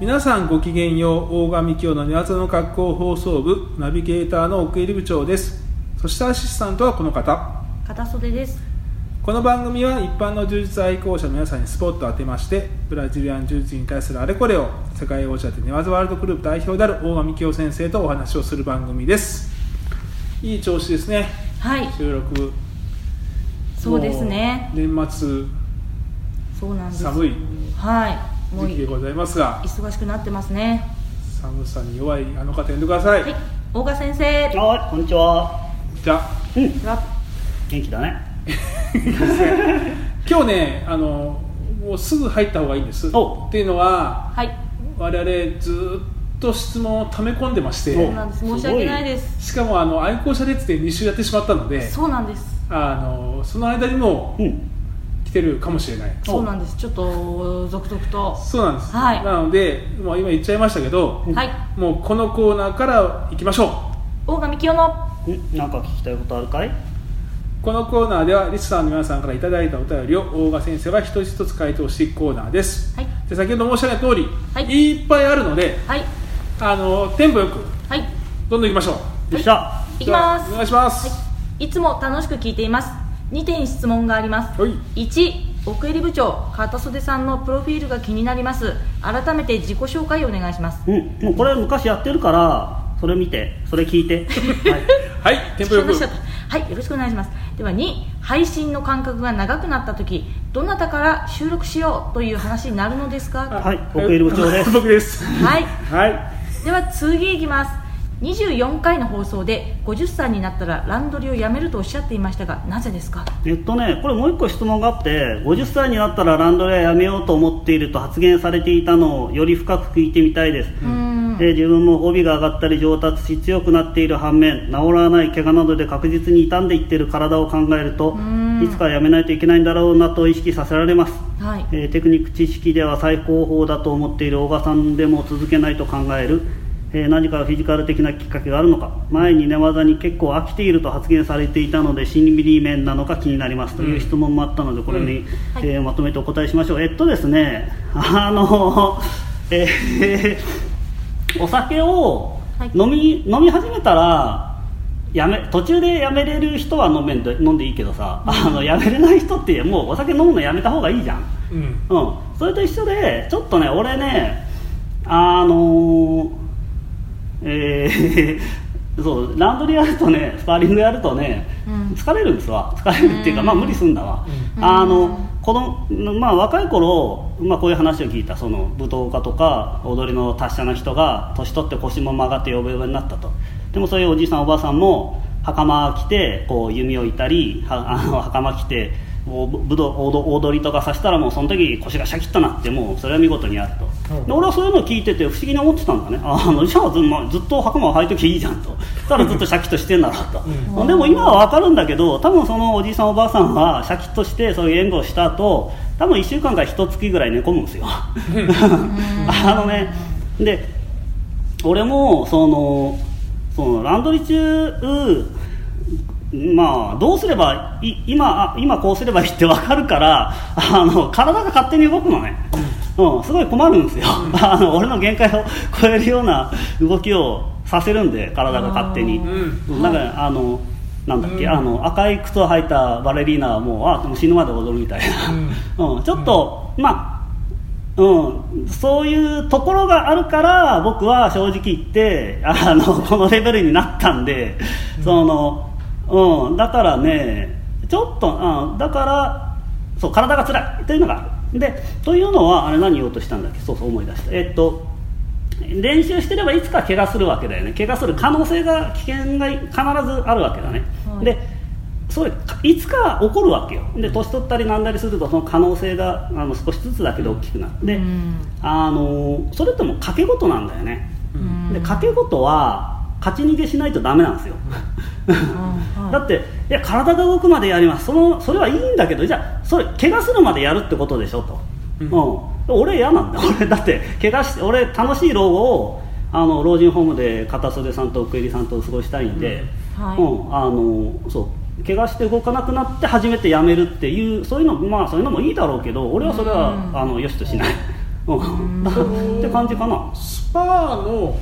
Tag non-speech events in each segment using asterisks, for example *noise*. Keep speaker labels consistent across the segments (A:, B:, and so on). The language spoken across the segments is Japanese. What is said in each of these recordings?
A: 皆さんごきげんよう大神清の庭津の学校放送部ナビゲーターの奥入部長ですそしてアシスタントはこの方
B: 片袖です
A: この番組は一般の柔術愛好者の皆さんにスポットを当てましてブラジリアン柔術に対するあれこれを世界王者で寝技ワールドグループ代表である大神清先生とお話をする番組ですいい調子ですね
B: はい
A: 収録
B: そうですね
A: もう年末
B: そうなんです
A: 寒い
B: はいもう
A: 時期でございますが
B: 忙しくなってますね
A: 寒さに弱いあの方呼んでください、
B: はい大賀先生
C: はい、こんにちは。
A: じゃあ
C: うん、
B: は
C: 元気だね。
A: 今日ねあのもうすぐ入った方がいいんです
C: お
A: っていうのは
B: はい
A: 我々ずっと質問を溜め込んでまし
B: そう
A: て
B: なんです
C: すごい
B: 申し訳ないです
A: しかもあの愛好者列で2週やってしまったので
B: そうなんです
A: あのその間にも
C: うん、
A: 来てるかもしれない
B: そうなんですちょっと続々と
A: そうなんです、
B: はい
A: なのでもう今言っちゃいましたけど、
B: はい
A: もうこのコーナーから行きましょう
B: 大神清の
C: うん、なんか聞きたいことあるかい。
A: このコーナーではリスナーの皆さんからいただいたお便りを大賀先生は一つ一つ回答していくコーナーです、
B: はい
A: で先ほど申し上げた通り、
B: はい
A: いっぱいあるので
B: はい
A: あのテンポよく
B: はい
A: どんどん行きましょう
C: よっしゃ。
B: いきます
A: お願いします
B: いつも楽しく聞いています2点質問があります
A: はい
B: 1奥入部長片袖さんのプロフィールが気になります改めて自己紹介をお願いします
C: うん、もうこれ昔やってるから、それ見て、それ聞
B: *laughs*
C: いて。はい。
A: はい、テンポよく
B: 話しちゃったはいよろしくお願いしますでは2配信の間隔が長くなった時どなたから収録しようという話になるのですか
C: はい奥井部長で
A: *laughs*
C: す
A: 僕です
B: はい
A: はい
B: では次いきます24回の放送で50歳になったらランドリーをやめるとおっしゃっていましたがなぜですか
C: えっとね、これもう一個質問があって50歳になったらランドリーはやめようと思っていると発言されていたのをより深く聞いてみたいです、
B: うーん
C: えー自分も帯が上がったり上達し強くなっている反面治らない怪我などで確実に傷んでいっている体を考えると
B: ん
C: いつかやめないといけないんだろうなと意識させられます
B: はい
C: えーテクニック知識では最高峰だと思っている大賀さんでも続けないと考える、えー何かフィジカル的なきっかけがあるのか前に寝技に結構飽きていると発言されていたので心理面なのか気になりますという質問もあったのでこれに、
B: はい
C: えーまとめてお答えしましょうえっとですねあのえーお酒を
B: はい
C: 飲み,、飲み始めたらやめ途中でやめれる人は飲めんで飲んでいいけどさ、あのやめれない人ってもうお酒飲むのやめた方がいいじゃん、
A: うん
C: うん、それと一緒でちょっとね俺ねあのーえー *laughs* そうランドリーやるとねスパーリングやるとね、
B: うん
C: 疲れるんですわ疲れるっていうか、
B: うん
C: まあ無理すんだわ、
B: うん
C: あ
B: うん
C: の子供まあ若い頃、まあ、こういう話を聞いたその舞踏家とか踊りの達者な人が年取って腰も曲がってヨボヨボになったとでもそういうおじいさんおばあさんも袴着てこう弓をいたりは *laughs* あの袴着てこう武道踊りとかさしたらもうその時腰がシャキッとなってもうそれは見事にあると
A: うん
C: で俺はそういうのを聞いてて不思議に思ってたんだねああのじゃあず,、まあ、ずっと袴を履いときゃいいじゃんとただずっとシャキッとしてんだろうと、
B: うん
C: でも今は分かるんだけど多分そのおじいさんおばあさんはシャキッとしてそういう演舞をした後多分1週間から1月ぐらい寝込むんですよ *laughs* あのねで俺もそのそのランドリー中まあどうすればい今あ今こうすればいいって分かるからあの体が勝手に動くのね、うん、すごい困るんですよ、あの俺の限界を *laughs* 超えるような動きをさせるんで体が勝手に、
A: う
C: なんかあのなんだっけ、
A: うん
C: あの赤い靴を履いたバレリーナはもうあもう死ぬまで踊るみたいな、うんちょっと、まあうん、そういうところがあるから僕は正直言ってあの *laughs* このレベルになったんで、その、うん、だからねちょっと、うん、だからそう体が辛いというのがでというのはあれ何言おうとしたんだっけそうそう思い出したえっと練習してればいつか怪我するわけだよね怪我する可能性が危険が必ずあるわけだね、
B: はい
C: でそれかいつか起こるわけよで年取ったりなんだりするとその可能性があの少しずつだけど大きくなって、で
B: うん
C: あのそれってもう賭け事なんだよね
B: うん
C: で賭け事は勝ち逃げしないとダメなんですよ、 *laughs*
B: うんはい
C: だっていや体が動くまでやりますそのそれはいいんだけどじゃあそれ怪我するまでやるってことでしょと、
A: う
C: うんん俺嫌なんだ *laughs* 俺だって怪我して俺楽しい老後をあの老人ホームで片袖さんと奥入さんと過ごしたいんで、
B: うんはい
C: うんあのそう怪我して動かなくなって初めてやめるっていうそういうのまあそういうのもいいだろうけど俺はそれは、
B: うん
C: あのよしとしない、うんん、って感じかな
A: スパーの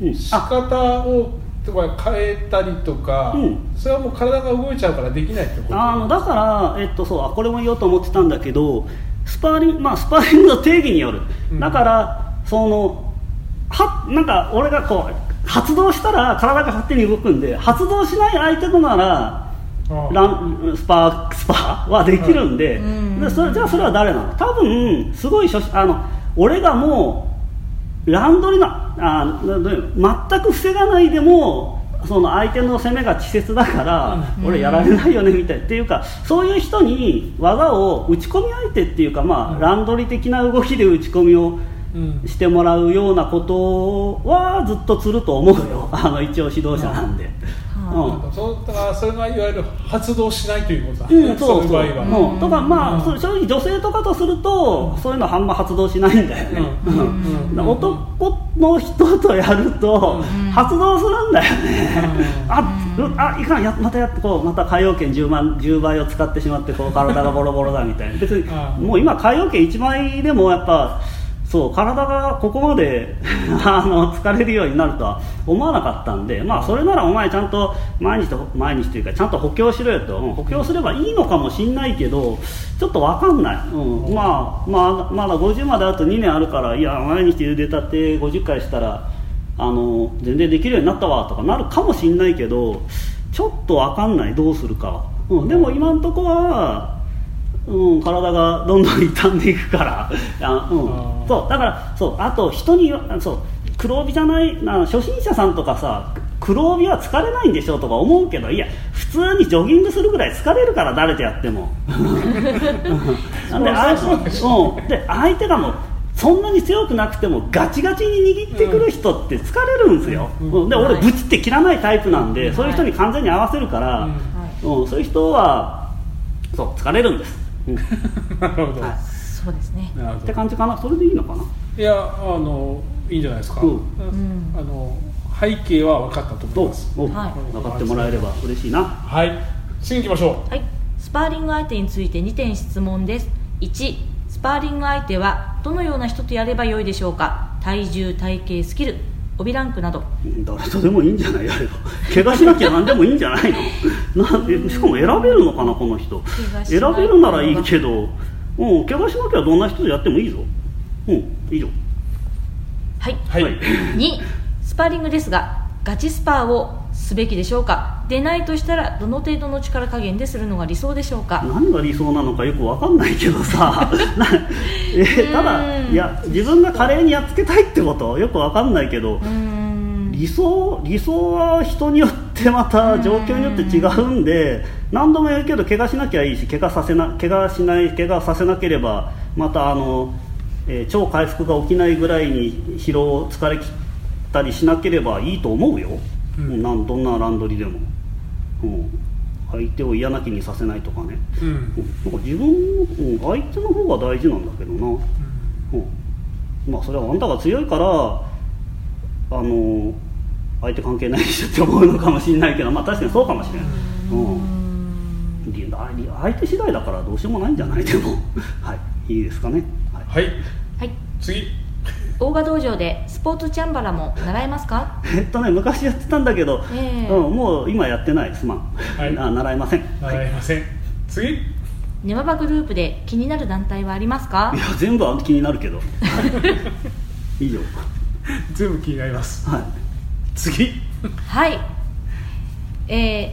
C: うん
A: 仕
C: あ
A: 方をとか変えたりとか、
C: うん
A: それはもう体が動いちゃうからできないってこと
C: あのだから、えっと、そうあこれも言おうと思ってたんだけどスパーリング、まあ、スパーリングの定義による、
A: うん
C: だからそのはなんか俺がこう発動したら体が勝手に動くんで発動しない相手となら
A: ああ
C: ランスパースパーはできるんで,、
B: うん
C: でそれじゃあそれは誰なの多分すごい初心あの俺がもうランドリのあなどういうの全く防がないでもその相手の攻めが稚拙だから、
B: うん
C: 俺やられないよねみたいっていうかそういう人に技を打ち込み相手っていうか、まあ
A: うん
C: ランドリ的な動きで打ち込みを
A: うん
C: してもらうようなことはずっとすると思うよあの一応指導者なんで。
B: は
C: うん
A: そのだからそれがいわゆる発動しないということだ、
C: うん、そ
A: の
C: うそ
A: 場合
C: う
A: は、
C: もうとかまあ、
A: うん
C: そう正直女性とかとすると、そういうのはあんま発動しないんだよね、
A: うん
C: うん
A: うん
C: だから *laughs* 男の人とやると、
B: うん
C: 発動するんだよね、
A: うん
C: あうんあいかんやまたやってこうまた海洋券10万10倍を使ってしまってこう体がボロボロだみたいな別に、
A: うん
C: もう今海洋券1枚でもやっぱそう体がここまで *laughs* あの疲れるようになるとは思わなかったんで、まあ、それならお前ちゃんと毎日と毎日というかちゃんと補強しろよと、うん補強すればいいのかもしんないけどちょっとわかんない、うんまあまあ、まだ50まであと2年あるからいや毎日腕立て50回したらあの全然できるようになったわとかなるかもしんないけどちょっとわかんないどうするかは、うん、でも今のとこはうん、体がどんどん傷んでい
A: *laughs*
C: くからあ、うん
A: あー
C: そうだからそうあと人によあそう黒帯じゃないな初心者さんとかさ黒帯は疲れないんでしょうとか思うけどいや普通にジョギングするぐらい疲れるから誰とやっ
A: *laughs*
C: てもなんであ
A: そうそうでし
C: うんで相手がもうそんなに強くなくてもガチガチに握ってくる人って疲れるんですよ、
A: うん
C: うんで俺
B: はい
C: ブチって切らないタイプなんで、
B: ん
C: そういう人に完全に合わせるから、
A: うん
B: はい
C: うん、そういう人はそう疲れるんです、うん
A: なるほど、
C: は
B: そうですね
A: なる
C: い、
A: ほ
C: って
A: ど
C: 感じかなそれでいいのかない
A: やあのいいんじゃないですか、
C: うん
B: ん
A: あの背景は分かったと
C: ど
A: 思いうます
C: どう
B: はい
C: 分かってもらえれば嬉しいな
A: はい次行きましょ
B: はい、スパーリング相手について2点質問です1スパーリング相手はどのような人とやればよいでしょうか体重体型スキル帯ランクなど
C: うん誰とでもいいんじゃないやれば怪我しなきゃ何でもいいんじゃない
B: *laughs*
C: のなえしかも選べるのかなこの人
B: 我し
C: 選
B: ない
C: べるならいいけど、うん、怪我しなきゃどんな人でやってもいいぞうん以上
B: はいう
A: はい、
C: はい
B: 2スパーリングですがガチスパーをすべきでしょうかでないとしたらどの程度の力加減でするのが理想でしょうか
C: 何が理想なのかよく分かんないけ
B: *laughs*
C: どさなえただ
B: うん
C: いや自分が華麗にやっつけたいってことよく分かんないけど、
B: うーん
C: 理想理想は人によってまた状況によって違うんで何度も言うけど怪我しなきゃいいし怪我させな怪我しない怪我させなければまたあの、えー超回復が起きないぐらいに疲労疲れ切ったりしなければいいと思うよ、
A: う
C: うんん、なんどんなランドリーでも、うん、相手を嫌な気にさせないとかね、
A: うん
C: うん、なんか自分、うん、相手の方が大事なんだけどなうん、まあそれはあんたが強いからあの相手関係ないでしょって思うのかもしれないけどまあ確かにそうかもしれない、うん、理理相手次第だからどうしようもないんじゃないでも *laughs* はいいいですかね、はい、
A: はい
B: はい
A: 次
B: 大賀道場でスポーツチャンバラも習えますか
C: えっとね昔やってたんだけど、
B: ええ
C: うん、もう今やってないすまん、
A: はい
C: *laughs* あ習いません、はい、
A: 習いません、次
B: ネマバグループで気になる団体はありますか
C: いや全部は気になるけ
A: *laughs*
C: ど以上
A: 全部気になります
C: はい
A: 次
B: はい、えー、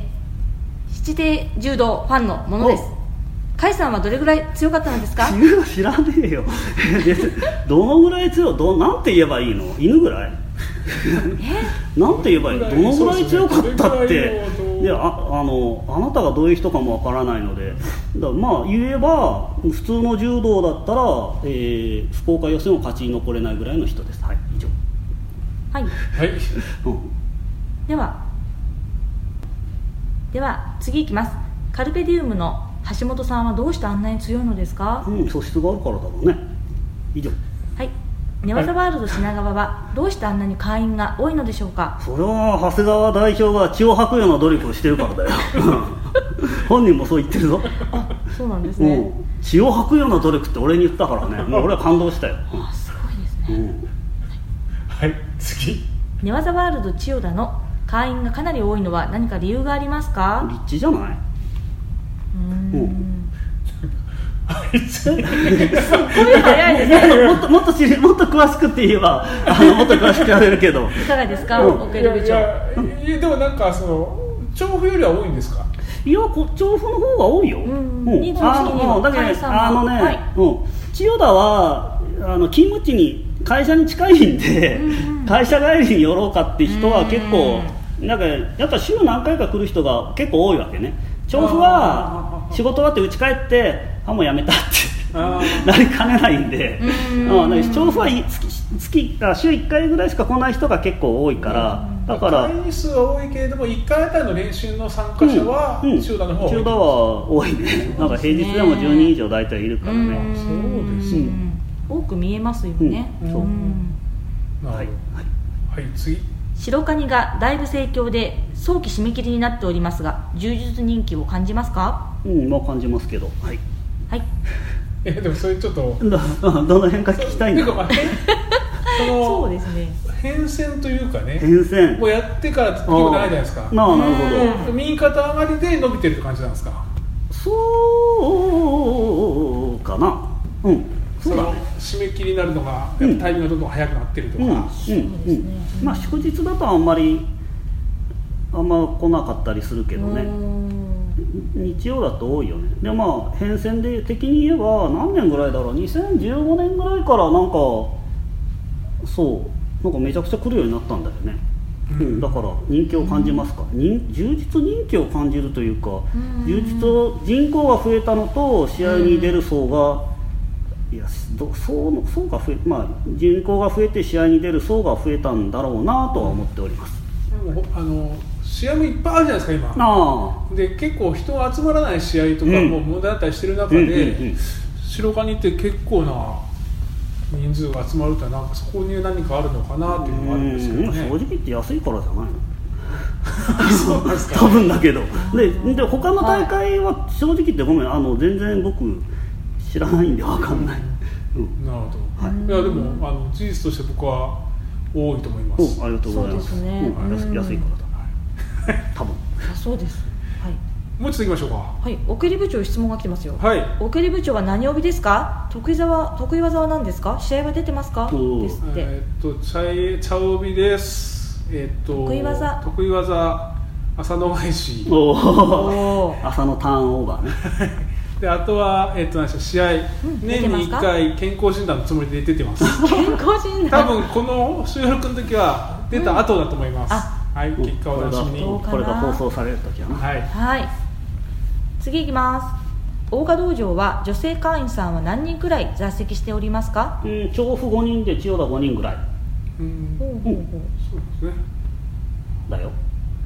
B: 七手柔道ファンのものです
C: お
B: 甲斐さんはどれぐらい強かったのですか
C: 知る知らねえよ *laughs* 別にどのぐらい強いどなんて言えばいいの犬ぐらいなんて言えばいいのどのぐらい強かった
A: そう
C: っ
A: ですね
C: て
A: どれぐらいの
C: いやああのあなたがどういう人かもわからないのでだからまあ言えば普通の柔道だったら、えー福岡予選を勝ち残れないぐらいの人ですはい以上、
B: はい
A: はい
C: うん
B: ではでは次いきますカルペディウムの橋本さんはどうしてあんなに強いのですか
C: うん、素質があるからだろうね以上
B: はいネワザワールド品川はどうしてあんなに会員が多いのでしょうか
C: それは長谷川代表が血を吐くような努力をしてるから
B: *laughs*
C: だよ本人もそう言ってるぞ
B: そうなんです
C: う
B: ね *laughs*
C: ん、血を吐くような努力って俺に言ったからね、もう俺は感動したよ、うん
B: あすごい
C: うん
A: はい次
B: 寝技ワールド千代田の会員がかなり多いのは何か理由がありますか
C: 立地じゃないう *laughs*
B: ーん
A: はい次
B: これ早いですね
C: もっともっと知りもっと詳しくって言えばあのもっと詳しくやれるけど
B: いかがですか
C: うん
B: 奥入部
A: い
B: 長
A: やいやでもなんかその調布よりは多いんですか
C: いやこ調布の方が多いよ、
B: うん
C: う
B: 人数的に
C: あ
B: は
C: うんだけど
B: 神
C: ね
B: 様
C: あのね、
B: はい
C: うん、千代田はあの勤務地に会社に近いんで、
B: うんうん
C: 会社帰りに寄ろうかって人は結構
B: う
C: なんかやっぱ週何回か来る人が結構多いわけね調布は
A: あー
C: 仕事終わって家帰ってあもうやめたって *laughs*
A: あー
C: なりかねないんで、
B: うん
C: うんだから調布はい月月あ週1回ぐらいしか来ない人が結構多いから、だから
A: 会員数は多いけれども1回あたりの練習の参加者は
C: うんうん
A: 千代田の方が多い
C: 千代田は多いねなんか平日でも10人以上大体いるから
B: う
C: ね
B: ーん
A: そうです
C: ね
B: 多く見えますよね、
A: うんそうな
C: はい、は
A: る
C: い
A: ほどはい次
B: 白カニがだいぶ盛況で早期締め切りになっておりますが柔術人気を感じますか
C: うん、まあ感じますけど、はい、
B: はい
A: えでもそれちょっと
C: ど *laughs* どの辺か聞きたい
A: て
C: な
A: かまあ変その
B: そうですね
A: 変遷というかね
C: 変遷
A: もうやってから結構ないじゃないですか
C: なあなるほ
B: うん
C: ど
A: 右肩上がりで伸びてるって感じなんですか
C: そうかなうんそうだ
A: の
C: ね
A: 締め切りになるのがやっぱタイミングがどんどん早くなってると
C: うん
A: か、
C: うんう
B: そうですね
C: んまあ祝日だとあんまりあんま来なかったりするけど
B: うー
C: ね
B: ん
C: 日曜だと多いよねでまあ変遷で的に言えば何年ぐらいだろう2015年ぐらいからなんかそうなんかめちゃくちゃ来るようになったんだよね、
A: う
C: うんん、だから人気を感じますか、人充実人気を感じるというか、
B: うん
C: 充実を人口が増えたのと試合に出る層が、いやどそうの層が増えまあ人口が増えて試合に出る層が増えたんだろうなとは思っております、
A: でもあの試合もいっぱいあるじゃないですか今
C: ああ
A: で結構人が集まらない試合とか
C: うん
A: も無駄だったりしてる中で、
C: うんうんうん
A: 白金って結構な人数が集まるってなんかそこに何かあるのかなっていうのがあるんですけど
C: うん正直
A: ね
C: 言って安いからじゃないの
A: そうなんですか
C: *laughs* 多分だけどでで他の大会は正直言ってごめんあの全然僕知らないんでわかんない、うん
A: なるほど、、
C: は
A: や
C: い
A: でもあの事実として僕は多いと思います、
C: おありがとうございます
B: そうですね
C: うん安
B: うん
C: 安いからだ
A: は
C: 多分
B: あそうですはい
A: いもうちょっといきましょうか
B: はい奥入部長質問が来てますよ
A: はい
B: 奥入部長は何帯ですか得意技は得意技は何ですか試合は出てますか
C: おー
B: ですって、
A: えーっと茶え茶帯ですえーっと
B: 得意技
A: 得意技朝の返し
C: おお
B: おー
C: *laughs* 朝のターンオーバーね
A: であとは、えー、と何でした試合、
B: ん出て
A: 年
B: ま
A: に
B: すか
A: 1回健康診断のつもりで出てます
B: *laughs* 健康診
A: 多
B: 断
A: 分この収録の時は出た後だと思います、
B: うんあ
A: はい結果をお楽しみに
B: どうかな
C: これが放送される時はな、
A: はい
B: はい次いきます大賀道場は女性会員さんは何人くらい在籍しておりますか
C: うん、調布5人で千代田5人ぐらい
A: うん
B: ほうほうほ
A: そうですね
C: だよ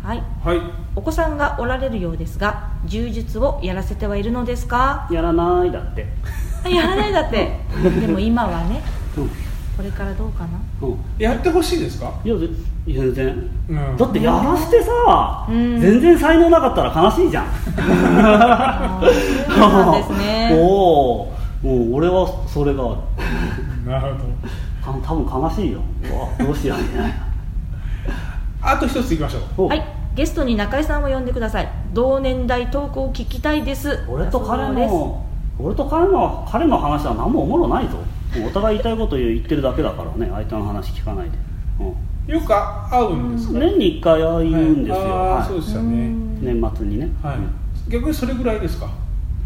B: うはい
A: はい
B: お子さんがおられるようですが柔術をやらせてはいるのですか
C: やらないだって
B: あやらないだってでも今はね
C: うん、
B: これからどうかな
C: うん、
A: やってほしいですか、
C: いやぜ全然
A: うん
C: だってやらしてさ、
B: うん
C: 全然才能なかったら悲しいじゃん。
B: あーそうなんですね
C: *laughs* おお、もう俺はそれがある。
A: なるほど
C: か多分悲しいよ。うわどうしようみたいな。
A: あと一ついきましょう
C: お
B: はいゲストに中井さんを呼んでください同年代トークを聞きたいです
C: 俺と彼
B: だそうです
C: の、俺と彼の彼の話は何もおもろないぞ。もうお互い言いたいこと言ってるだけだからね、相手の話聞かないで。う
A: よく会うんですか、
C: ん、年に1回は言うんですよ、
A: はいあー
C: はい
A: そうでした
B: う
A: ね
B: ん
C: 年末にね、うん
A: はい逆にそれぐらいですか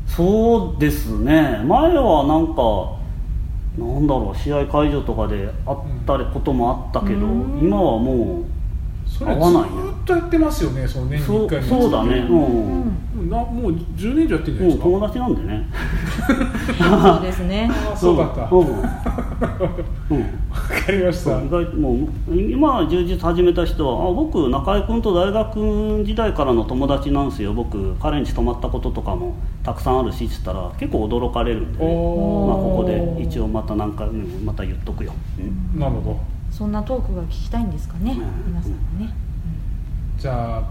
C: そうですね前はなんかなんだろう試合会場とかであったりこともあったけど、
B: うん
C: 今はも
A: それ
C: 合
A: ず
C: わないね
A: ーっとやってますよねその
C: う
A: 年に
C: そ
A: 1
C: う
A: 回のやつ
C: そうだねう、
B: うんん
A: なもう10年以上やってるんじゃ
C: も
A: ないうですか、
C: 友達なんでね
B: そうですね
A: あそうだった、
C: うん
A: わ *laughs*
C: うん、うん
A: かりました、
C: そう意外ともう今充実始めた人はあ僕中居君と大学時代からの友達なんですよ僕彼ん家泊まったこととかもたくさんあるしっつったら結構驚かれるんで、ね、
A: おー
C: まあここで一応また何回もまた言っとくよ、うん
A: なるほど
B: そんなトークが聞きたいんですかね
C: うん
B: 皆さんもね
A: じゃあ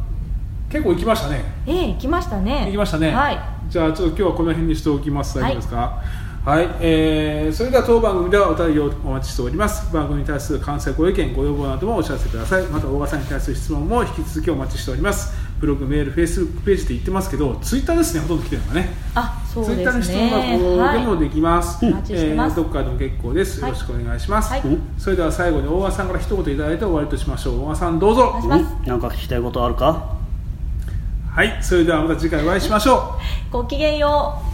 A: 結構行きましたね
B: ええ行きましたね
A: 行きましたね
B: はい
A: じゃあちょっと今日はこの辺にしておきます
B: はい
A: 大丈夫ですか、はい、えーそれでは当番組ではお便りをお待ちしております番組に対する感想やご意見ご要望などもお知らせくださいまた大賀さんに対する質問も引き続きお待ちしておりますブログメールフェイスブックページで言ってますけどツイッターですねほとんど来てるのがね
B: あそう
A: ツイッ
B: で
A: ターの
B: す
A: 質
B: ね
A: 問箱でもできます、
B: はいお待ちしてます
A: どこからでも結構ですよ
B: はい
A: ろしくお願いします、
B: はい
C: うん
A: それでは最後に大和さんから一言いただいて終わりとしましょう大和さんどうぞ
B: お願いします
C: なんか聞きたいことあるか
A: はいそれではまた次回お会いしましょう
B: ごきげんよう